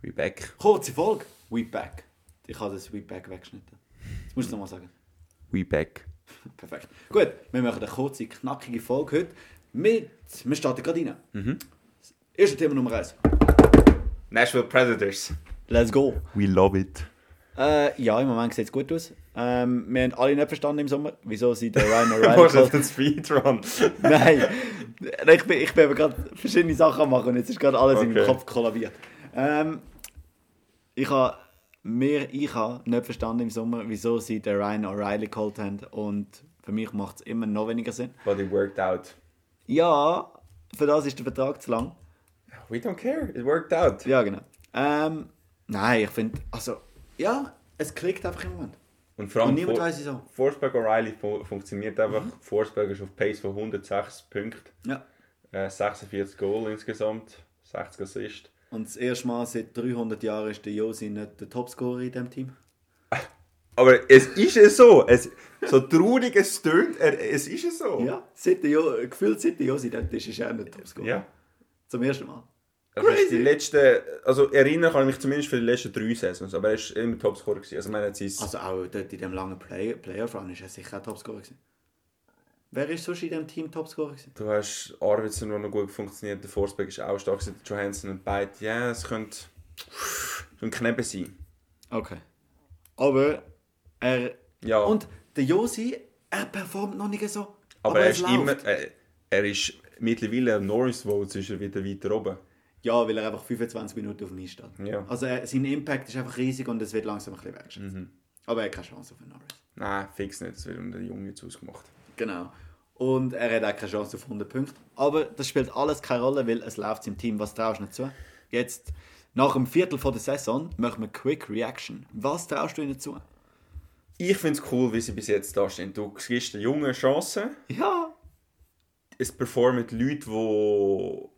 We back. Kurze Folge. We back. Ich habe das We back weggeschnitten. Das musst du nochmal sagen. We back. Perfekt. Gut, wir machen eine kurze, knackige Folge heute mit... Wir starten gerade rein. Das erste Thema Nummer eins. Nashville Predators. Let's go. We love it. Äh, ja, im Moment sieht es gut aus. Ähm, wir haben alle nicht verstanden im Sommer, wieso sie den Ryan Du musst auf O'Reilly... den Speedrun. Nein, ich bin, ich bin eben gerade verschiedene Sachen am machen und jetzt ist gerade alles in meinem Okay. Kopf kollabiert. Ähm, ich habe mir, ich habe nicht verstanden im Sommer, wieso sie den Ryan O'Reilly geholt haben und für mich macht es immer noch weniger Sinn. But it worked out. Ja, für das ist der Vertrag zu lang. We don't care. It worked out. Ja, genau. Ähm, nein, ich finde, also, ja, es klickt einfach im Moment. Und vor allem Und niemand Vor- weiss wieso. Mhm. Forsberg O'Reilly fu funktioniert einfach. Forsberg ist auf Pace von 106 Punkten. Ja. Äh, 46 Goal insgesamt. 60 Assist. Und das erste Mal seit 300 Jahren ist der Josi nicht der Topscorer in diesem Team. Aber es ist es so. Es, so traurig es tönt, er- es ist es so. Ja, seit der jo gefühlt seit der Josi dort ist, ist er nicht Topscorer. Ja. Zum ersten Mal. Also Crazy. ist die letzte, also erinnern kann ich mich zumindest für die letzten drei Saisons, aber er ist immer Topscorer gewesen. Also ich meine, jetzt ist Also auch dort in dem langen Play Playoff-Run ist er sicher auch Topscorer gewesen. Wer ist sonst in diesem Team Topscorer gewesen? du hast Arvidsson, der noch gut funktioniert, der Forsberg ist auch stark, gewesen, der Johansson und beide, ja, es könnte, könnte knapp sein. Okay. Aber er... Ja. Und der Josi, er performt noch nicht so. Aber, er es ist läuft. immer, äh, er ist mittlerweile Norris Votes ist er wieder weiter oben. Ja, weil er einfach 25 Minuten auf dem Eis steht. Ja. Also er, sein Impact ist einfach riesig und es wird langsam ein bisschen weggeschätzt. Mhm. Aber er hat keine Chance auf einen Norris. Nein, fix nicht, das wird unter den Jungen jetzt ausgemacht. Genau. Und er hat auch keine Chance auf 100 Punkte. Aber das spielt alles keine Rolle, weil es läuft im Team. Was traust du nicht zu? Jetzt, nach dem Viertel von der Saison, machen wir Quick Reaction. Was traust du ihnen zu? Ich finde es cool, wie sie bis jetzt da stehen. Du gibst den Jungen Chancen, Ja. es performen Leute, die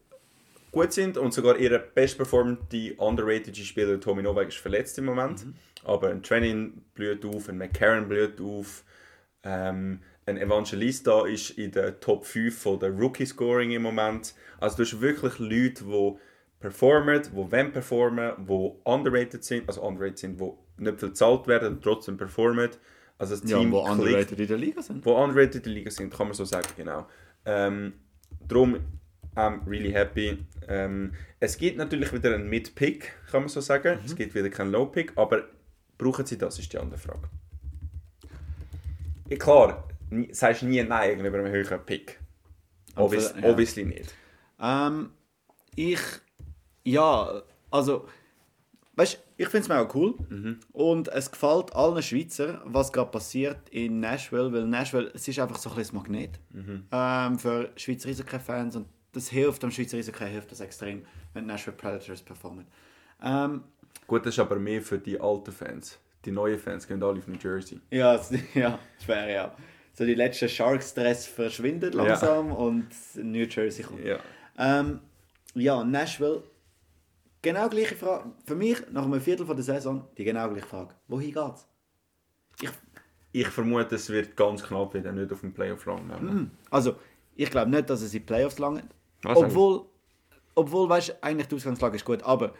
gut sind und sogar ihre bestperformende underrated Spieler Tommy Novak ist verletzt im Moment. Mhm. Aber ein Trenin blüht auf, ein McCarron blüht auf, ähm, ein Evangelista ist in der Top 5 von der Rookie Scoring im Moment. Also du hast wirklich Leute, die performen, die wenn performen, die underrated sind, also underrated sind, die nicht viel bezahlt werden und trotzdem performen. Also das Ja, Team wo klickt underrated in der Liga sind. wo underrated in der Liga sind, kann man so sagen, genau. Ähm, drum, I'm really happy. Ähm, es gibt natürlich wieder einen Mid-Pick, kann man so sagen. Es gibt wieder keinen Low-Pick, aber brauchen sie das, ist die andere Frage. Ja, klar, nie- sagst nie Nein gegenüber einem höheren Pick. Obvious, für- ja. Obviously nicht. Ähm, ich, ja, also, weißt ich finde es mega cool. Mhm. Und es gefällt allen Schweizer, was gerade passiert in Nashville, weil Nashville, es ist einfach so ein kleines Magnet Mhm. ähm, für Schweizer Eishockey-Fans und das hilft dem Schweizer Eishockey, hilft das extrem, wenn die Nashville Predators performen. Ähm, Gut, das ist aber mehr für die alten Fans. Die neuen Fans gehen alle auf New Jersey. ja, es- ja, schwer, ja. So die letzten Sharks-Stress verschwindet Ja. langsam und New Jersey kommt. Ja. Ähm, ja, Nashville. Genau gleiche Frage. Für mich, nach einem Viertel von der Saison, die genau gleiche Frage. Wohin geht's? Ich vermute, es wird ganz knapp wieder, nicht auf dem Playoff lang. Hm. Also, ich glaube nicht, dass es in die Playoffs langt. Was obwohl, obwohl, weißt du, eigentlich die Ausgangslage ist gut. Aber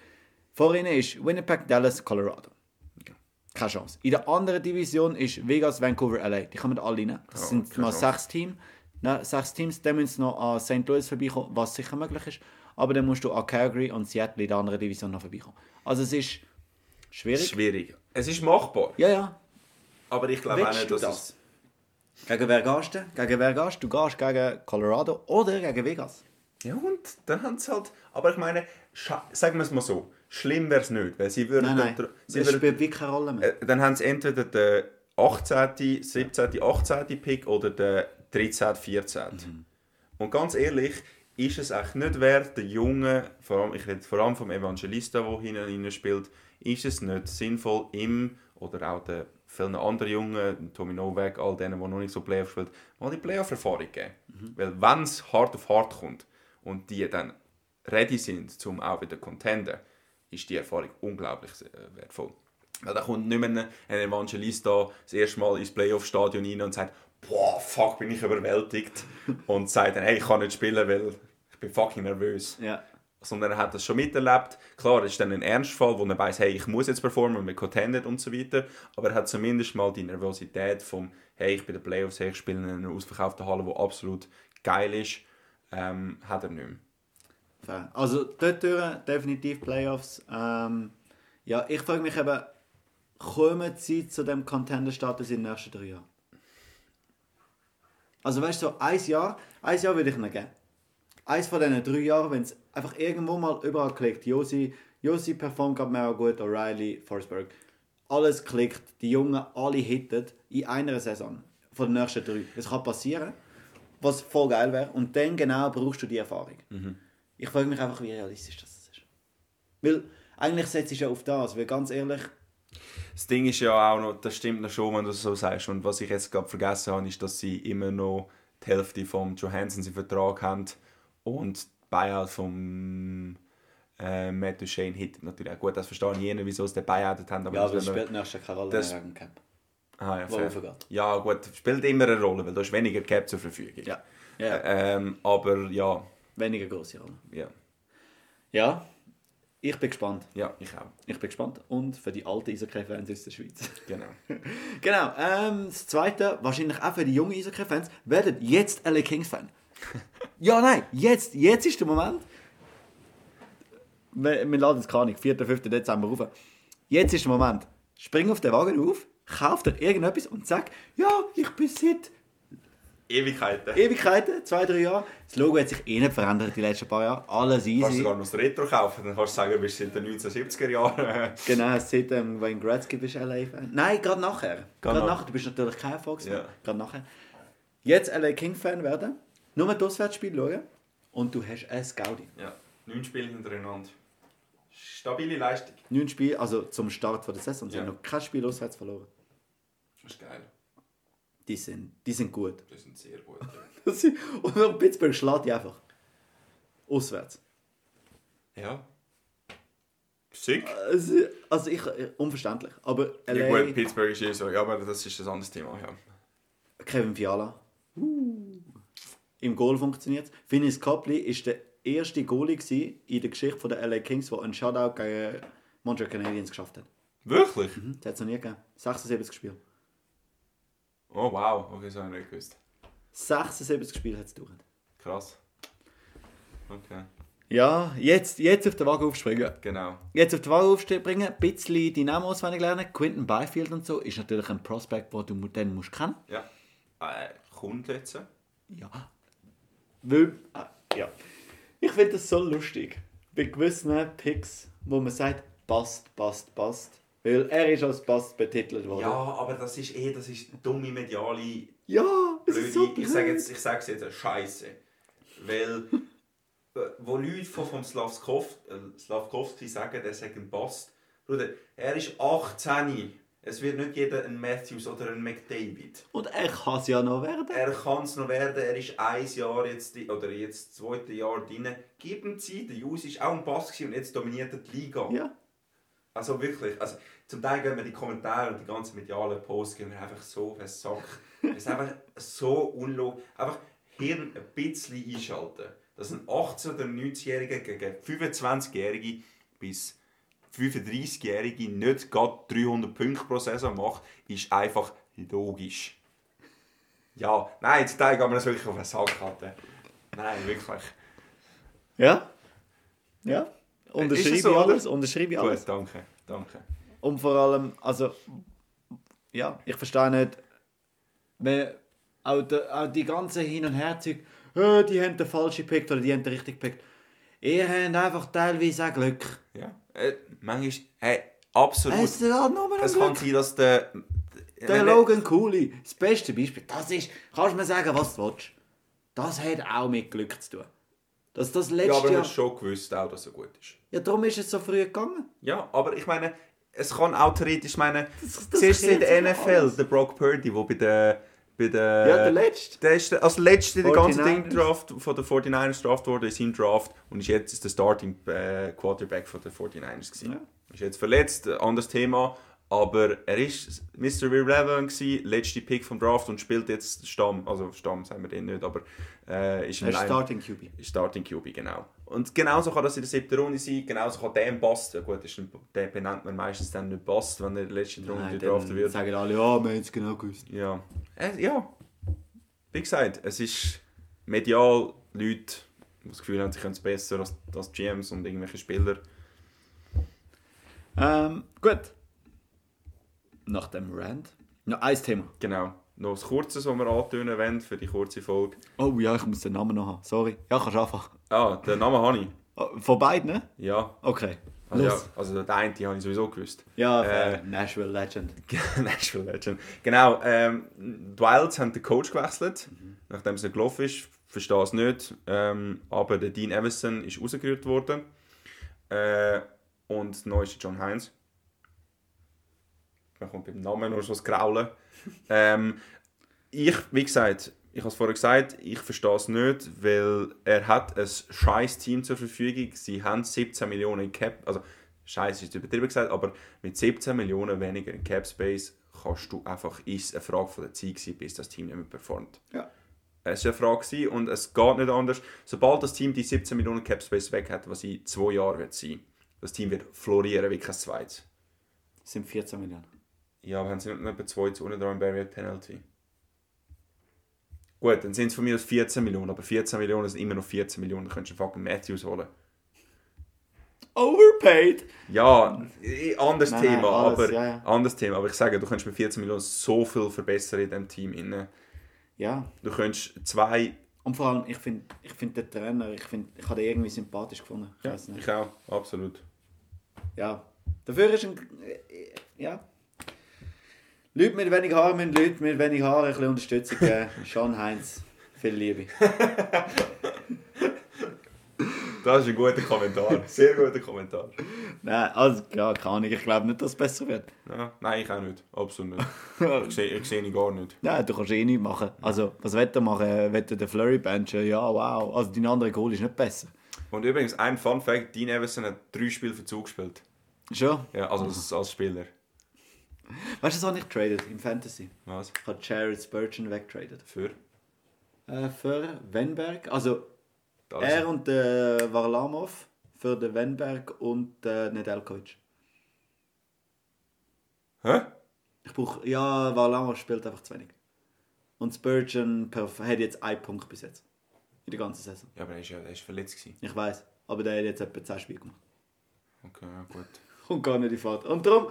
vor ihnen ist Winnipeg, Dallas, Colorado. Keine Chance. In der anderen Division ist Vegas, Vancouver, LA. Die kommen alle rein. Das Ja, sind keine noch Chance. sechs, Team, ne, sechs Teams. Dann müssen sie noch an St. Louis vorbeikommen, was sicher möglich ist. Aber dann musst du an Calgary und Seattle in der anderen Division noch vorbeikommen. Also es ist schwierig. Schwierig. Es ist machbar, ja, ja. aber ich glaube auch Willst nicht, du dass es das? Gegen wer gehst du? Gegen wer gehst du? Du gehst gegen Colorado oder gegen Vegas. Ja, und dann haben sie halt. Aber ich meine, scha- sagen wir es mal so: schlimm wäre es nicht, weil sie würden. Nein, nein. dr- Sie Es würden spielt wirklich keine Rolle mehr. äh, dann haben sie entweder den 18., 17., 18. Pick oder den 13., 14. Und ganz ehrlich, ist es echt nicht wert, der Junge, vor allem, ich rede vor allem vom Evangelista, der hinten rein spielt, ist es nicht sinnvoll, ihm oder auch den vielen anderen Jungen, Tommy Novak, all denen, die noch nicht so Playoff spielen, mal die Playoff-Erfahrung geben. Weil wenn es hart auf hart kommt und die dann ready sind, um auch wieder Contender, ist die Erfahrung unglaublich äh, wertvoll. Weil da kommt nicht mehr ein ein Evangelist da das erste Mal ins Playoff-Stadion rein und sagt, boah, fuck, bin ich überwältigt. und sagt dann, hey, ich kann nicht spielen, weil ich bin fucking nervös. Ja. sondern er hat das schon miterlebt. Klar, es ist dann ein Ernstfall, wo er weiß, hey, ich muss jetzt performen, wir contendet und so weiter, aber er hat zumindest mal die Nervosität vom, hey, ich bin der Playoffs, hey, ich spiele in einer ausverkauften Halle, die absolut geil ist, ähm, hat er nicht mehr. Fair. Also dort durch, definitiv Playoffs. Ähm, ja, ich frage mich eben, kommen sie zu dem Contender-Status in den nächsten drei Jahren? Also weißt du, so ein Jahr, ein Jahr würde ich ihnen geben. Eins von diesen drei Jahren, wenn es einfach irgendwo mal überall klickt. Josi, Josi performt gerade mega gut, O'Reilly, Forsberg. Alles klickt, die Jungen alle hitten in einer Saison von den nächsten drei. Es kann passieren, was voll geil wäre. Und dann genau brauchst du die Erfahrung. Ich frage mich einfach, wie realistisch das ist. Weil eigentlich setzt ich ja auf das, weil ganz ehrlich, Das Ding ist ja auch noch, das stimmt noch schon, wenn du das so sagst. Und was ich jetzt gerade vergessen habe, ist, dass sie immer noch die Hälfte vom Johansson im Vertrag haben und die Buyout vom äh, Matt Duchesne hit natürlich auch gut. Das verstehe ich nie, wieso sie den Buyoutet haben. Aber ja, das aber es wenn man- spielt nächste keine Rolle das- mehr wegen Cap. ah, ja, wo fair. raufgeht. ja, gut, spielt immer eine Rolle, weil da ist weniger Cap zur Verfügung. Ja. ja. Ähm, aber ja, Weniger große Rolle. ja, Ja, ich bin gespannt. ja, ich auch. Ich bin gespannt. Und für die alten Eishockey-Fans aus der Schweiz. Genau. genau. Ähm, das Zweite, wahrscheinlich auch für die jungen Eishockey-Fans, werdet jetzt LA Kings-Fan. ja, nein, jetzt, jetzt ist der Moment. Wir, wir laden es keine Ahnung, 4. 5. Dezember rauf. Jetzt ist der Moment. Spring auf den Wagen auf, kauf dir irgendetwas und sag, ja, ich bin seit Ewigkeiten. Ewigkeiten, zwei, drei Jahre. Das Logo hat sich eh nicht verändert die letzten paar Jahre. Alles kannst easy. sogar noch das Retro kaufen, dann kannst du sagen, du bist seit den 1970er Jahren. Genau, seit ähm, Wayne Gretzky bist du LA-Fan. Nein, gerade nachher. Gerade nach- nachher. Du bist natürlich kein Fox mehr. Ja. Gerade nachher. Jetzt LA King-Fan werden, nur das Auswärtsspiel schauen und du hast ein Gaudi. Ja, neun Spiele hintereinander. Stabile Leistung. Neun Spiele, also zum Start von der Saison, sie Ja. haben noch kein Spiel auswärts verloren. Das ist geil. Die sind, die sind gut. Das sind sehr gut. Das sind- und Pittsburgh schlägt die einfach. Auswärts. ja. Sick. Also, also ich, unverständlich. Aber Ja LA, gut, Pittsburgh ist eh so, ja, aber das ist ein anderes Thema. Ja. Kevin Fiala. Im Goal funktioniert Finis Copley ist der erste Goalie gewesen in der Geschichte der LA Kings, der einen Shutout gegen Montreal Canadiens geschafft hat. Wirklich? Das hat es noch nie gegeben. 76 Spiele. Oh wow, okay, so habe ich nicht gewusst. 76 Spiele hat es gedauert. Krass. Okay, Ja, jetzt, jetzt auf den Wagen aufspringen. genau. Jetzt auf den Wagen aufspringen, ein bisschen Dynamo auswendig lernen. Quinton Byfield und so ist natürlich ein Prospect, den du dann musst kennen Ja. Äh, kommt jetzt? Ja. Weil, ah, ja. Ich finde das so lustig. Bei gewissen Picks, wo man sagt, passt, passt, passt. Weil er ist als passt betitelt worden. Ja, aber das ist eh, das ist dumme mediale ja es ist so blöde, blöd. ich sage jetzt, ich sag's jetzt, äh, Scheiße, weil äh, wo Leute von vom Slavkov, äh, Slavkovski sagen, der sagt ein Bast, Bruder, er ist 18. Es wird nicht jeder ein Matthews oder ein McDavid. Und er kann es ja noch werden. Er kann es noch werden, er ist ein Jahr jetzt, di- oder jetzt das zweite Jahr drin. Gib ihm Zeit, der Jus ist auch ein Bass gewesen und jetzt dominiert er die Liga. Ja. Also wirklich, also zum Teil gehen wir die Kommentare und die ganzen medialen Posts gehen wir einfach so auf den Sack. Es ist einfach so unlogisch. Einfach Hirn ein bisschen einschalten. Dass ein 18- oder 19-Jähriger gegen 25-Jährige bis 35-Jährige nicht gerade 300 Punkte pro Saison macht, ist einfach logisch. Ja, nein, zum Teil gehen wir das wirklich auf den Sack halten. Nein, wirklich. Ja? Ja? Unterschreibe Ist es so, ich oder? alles, unterschreibe ich alles. Gut, danke, danke. Und vor allem, also, ja, ich verstehe nicht, wenn auch, de, auch die ganzen Hin- und Herzig, äh, die haben den falschen gepickt oder die haben den richtig gepickt. Ihr habt einfach teilweise auch Glück. Ja. Äh, manchmal, hey, absolut. Es ist auch nur Es ein kann Glück. sein, dass der. Der Logan Cooley, das beste Beispiel, das ist, kannst du mir sagen, was du willst. Das hat auch mit Glück zu tun. Dass das Ja, aber letzte du Jahr... hast schon gewusst, auch, dass er gut ist. Ja, darum ist es so früh gegangen. Ja, aber ich meine, es kann auch theoretisch. Ich meine, Das- das zuerst in der klärt sich NFL, alles. der Brock Purdy, der bei der. Bei der Ja, der Letzte. Der ist der- als letzter in der ganzen 49ers. Ding Draft von der 49ers draft wurde, ist im Draft und ist jetzt ist der Starting äh, Quarterback von der 49ers gewesen. Ist jetzt verletzt, äh, anderes Thema, Aber er ist Mr. Irrelevant gsi, letzte Pick vom Draft und spielt jetzt Stamm, also Stamm sagen wir den nicht, aber äh, ist Er ein Line- ist Starting QB. Starting QB, genau. Und genauso kann das in der siebten Runde sein, genauso kann der Bast, ja gut, ist ein, der benennt man meistens dann nicht Bast, wenn er in der letzten Runde Nein, gedraftet dann wird. sagen alle, ja, wir haben es genau gewusst. Ja. Äh, ja. Wie gesagt, es ist medial Leute, die das Gefühl haben, sie können es besser als, als GMs und irgendwelche Spieler. Ähm, gut. Nach dem Rand. Noch ein Thema. Genau. Noch das Kurze, was wir antönen wollen für die kurze Folge. Oh ja, ich muss den Namen noch haben. Sorry. Ja, kannst anfangen. Ah, den Namen habe ich. Oh, Von beiden? ne? Ja. Okay. Also, ja, Los. also den einen den habe ich sowieso gewusst. Ja, Äh, fair. Nashville Legend. Nashville Legend. Genau, ähm, die Wilds haben den Coach gewechselt, nachdem es nicht gelaufen ist. Verstehe es nicht. Ähm, aber der Dean Emerson ist rausgerührt worden. Äh, und neu ist John Hines. Man kommt beim Namen nur schon das Graulen. ähm, ich, wie gesagt, ich habe es vorher gesagt, ich verstehe es nicht, weil er hat ein scheiß Team zur Verfügung. Sie haben 17 Millionen in Cap, also scheiß ist übertrieben gesagt, aber mit 17 Millionen weniger in Cap Space kannst du einfach, ist eine Frage von der Zeit gewesen, bis das Team nicht mehr performt. Ja. Es war eine Frage gewesen und es geht nicht anders. Sobald das Team die 17 Millionen Cap Space weg hat, was in zwei Jahren wird sein, das Team wird florieren wie kein zweites. Das sind 14 Millionen. Ja, aber haben sie nicht etwa 2 zu unten dran Barrier Penalty? Gut, dann sind es von mir aus 14 Millionen, aber 14 Millionen sind immer noch 14 Millionen, dann könntest du fucking Matthews holen. Overpaid? Ja, eh, anderes Nein, nein, Thema, alles, aber ja, ja. anderes Thema, aber ich sage, du könntest mit 14 Millionen so viel verbessern in diesem Team. Innen. Ja. Du könntest zwei, Und vor allem, ich finde ich find den Trainer, ich, find, ich habe den irgendwie sympathisch gefunden. Ich weiß nicht. ich auch, absolut. Ja. Dafür ist ein. äh, Ja. Leute mit wenig Haaren müssen Leute mit wenig Haaren ein bisschen Unterstützung geben. Sean Heinz, viel Liebe. Das ist ein guter Kommentar, sehr guter Kommentar. Nein, also ja, keine Ahnung, ich glaube nicht, dass es besser wird. Ja, nein, ich auch nicht, absolut nicht. Ich sehe, ich sehe ihn gar nicht. Nein, du kannst eh nichts machen. Also, was wird er machen? Wird er den Flurry benchen? Ja, wow. Also, dein anderer Goal ist nicht besser. Und übrigens, ein Fun Fact, Dean Everson hat drei Spiele für Zug gespielt. Schon? Ja, also als, als Spieler. Weißt du, das habe ich getradet im Fantasy. Was? Ich habe Jared Spurgeon weggetradet. Für? Äh, für Wenberg. Also, Alles. er und der Varlamov für den Wenberg und äh, Nedelkovic. Hä? Ich brauche, ja, Varlamov spielt einfach zu wenig. Und Spurgeon perf- hat jetzt einen Punkt bis jetzt. In der ganzen Saison. Ja, aber er ist, ja, er ist verletzt gewesen. Ich weiß. Aber der hat jetzt etwa 10 Spiele gemacht. Okay, ja, gut. Kommt gar nicht in Fahrt. Und darum,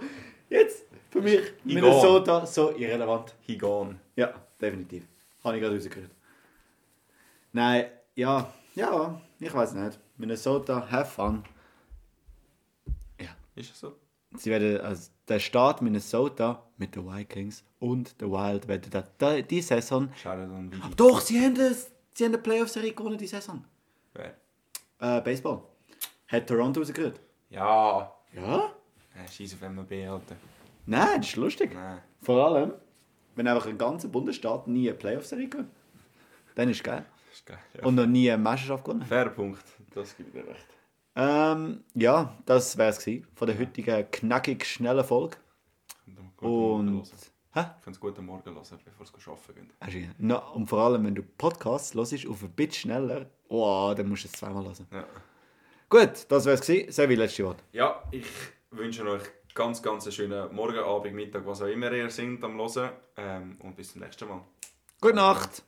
jetzt, für mich, Egal. Minnesota so irrelevant. He gone. Ja, definitiv. Habe ich gerade rausgehört. Nein, ja, ja, ich weiß nicht. Minnesota, have fun. Ja. Ist das so? Sie werden, also der Staat Minnesota mit den Vikings und den Wild werden da, da, die Saison. Sheridan Vidi. Doch, sie haben, das, sie haben eine Playoff-Serie gewonnen, die Saison. Wer? Äh, Baseball. Hat Toronto rausgehört? Ja. Ja? Äh, Scheiß auf MLB, Alter. Nein, das ist lustig. Nein. Vor allem, wenn einfach ein ganzer Bundesstaat nie eine Playoff-Serie gewinnt. Dann ist geil. Das ist geil. Ja. Und noch nie eine Meisterschaft gewonnen. Fairer Punkt. Das gibt mir recht. Ähm, ja, das wäre es von der heutigen knackig schnellen Folge. Könnt ihr gut am Morgen hören. Und, hä? Ich könnte es gut am Morgen hören, bevor es arbeiten geht. Hast du- Na, und vor allem, wenn du Podcasts hörst, auf ein bisschen schneller, oh, dann musst du es zweimal hören. Ja. Gut, das wäre es. Sevi, letzte Wort. Ja, ich wünsche euch ganz, ganz einen schönen Morgen, Abend, Mittag, was auch immer ihr seid am Hören. Ähm, und bis zum nächsten Mal. Gute Nacht!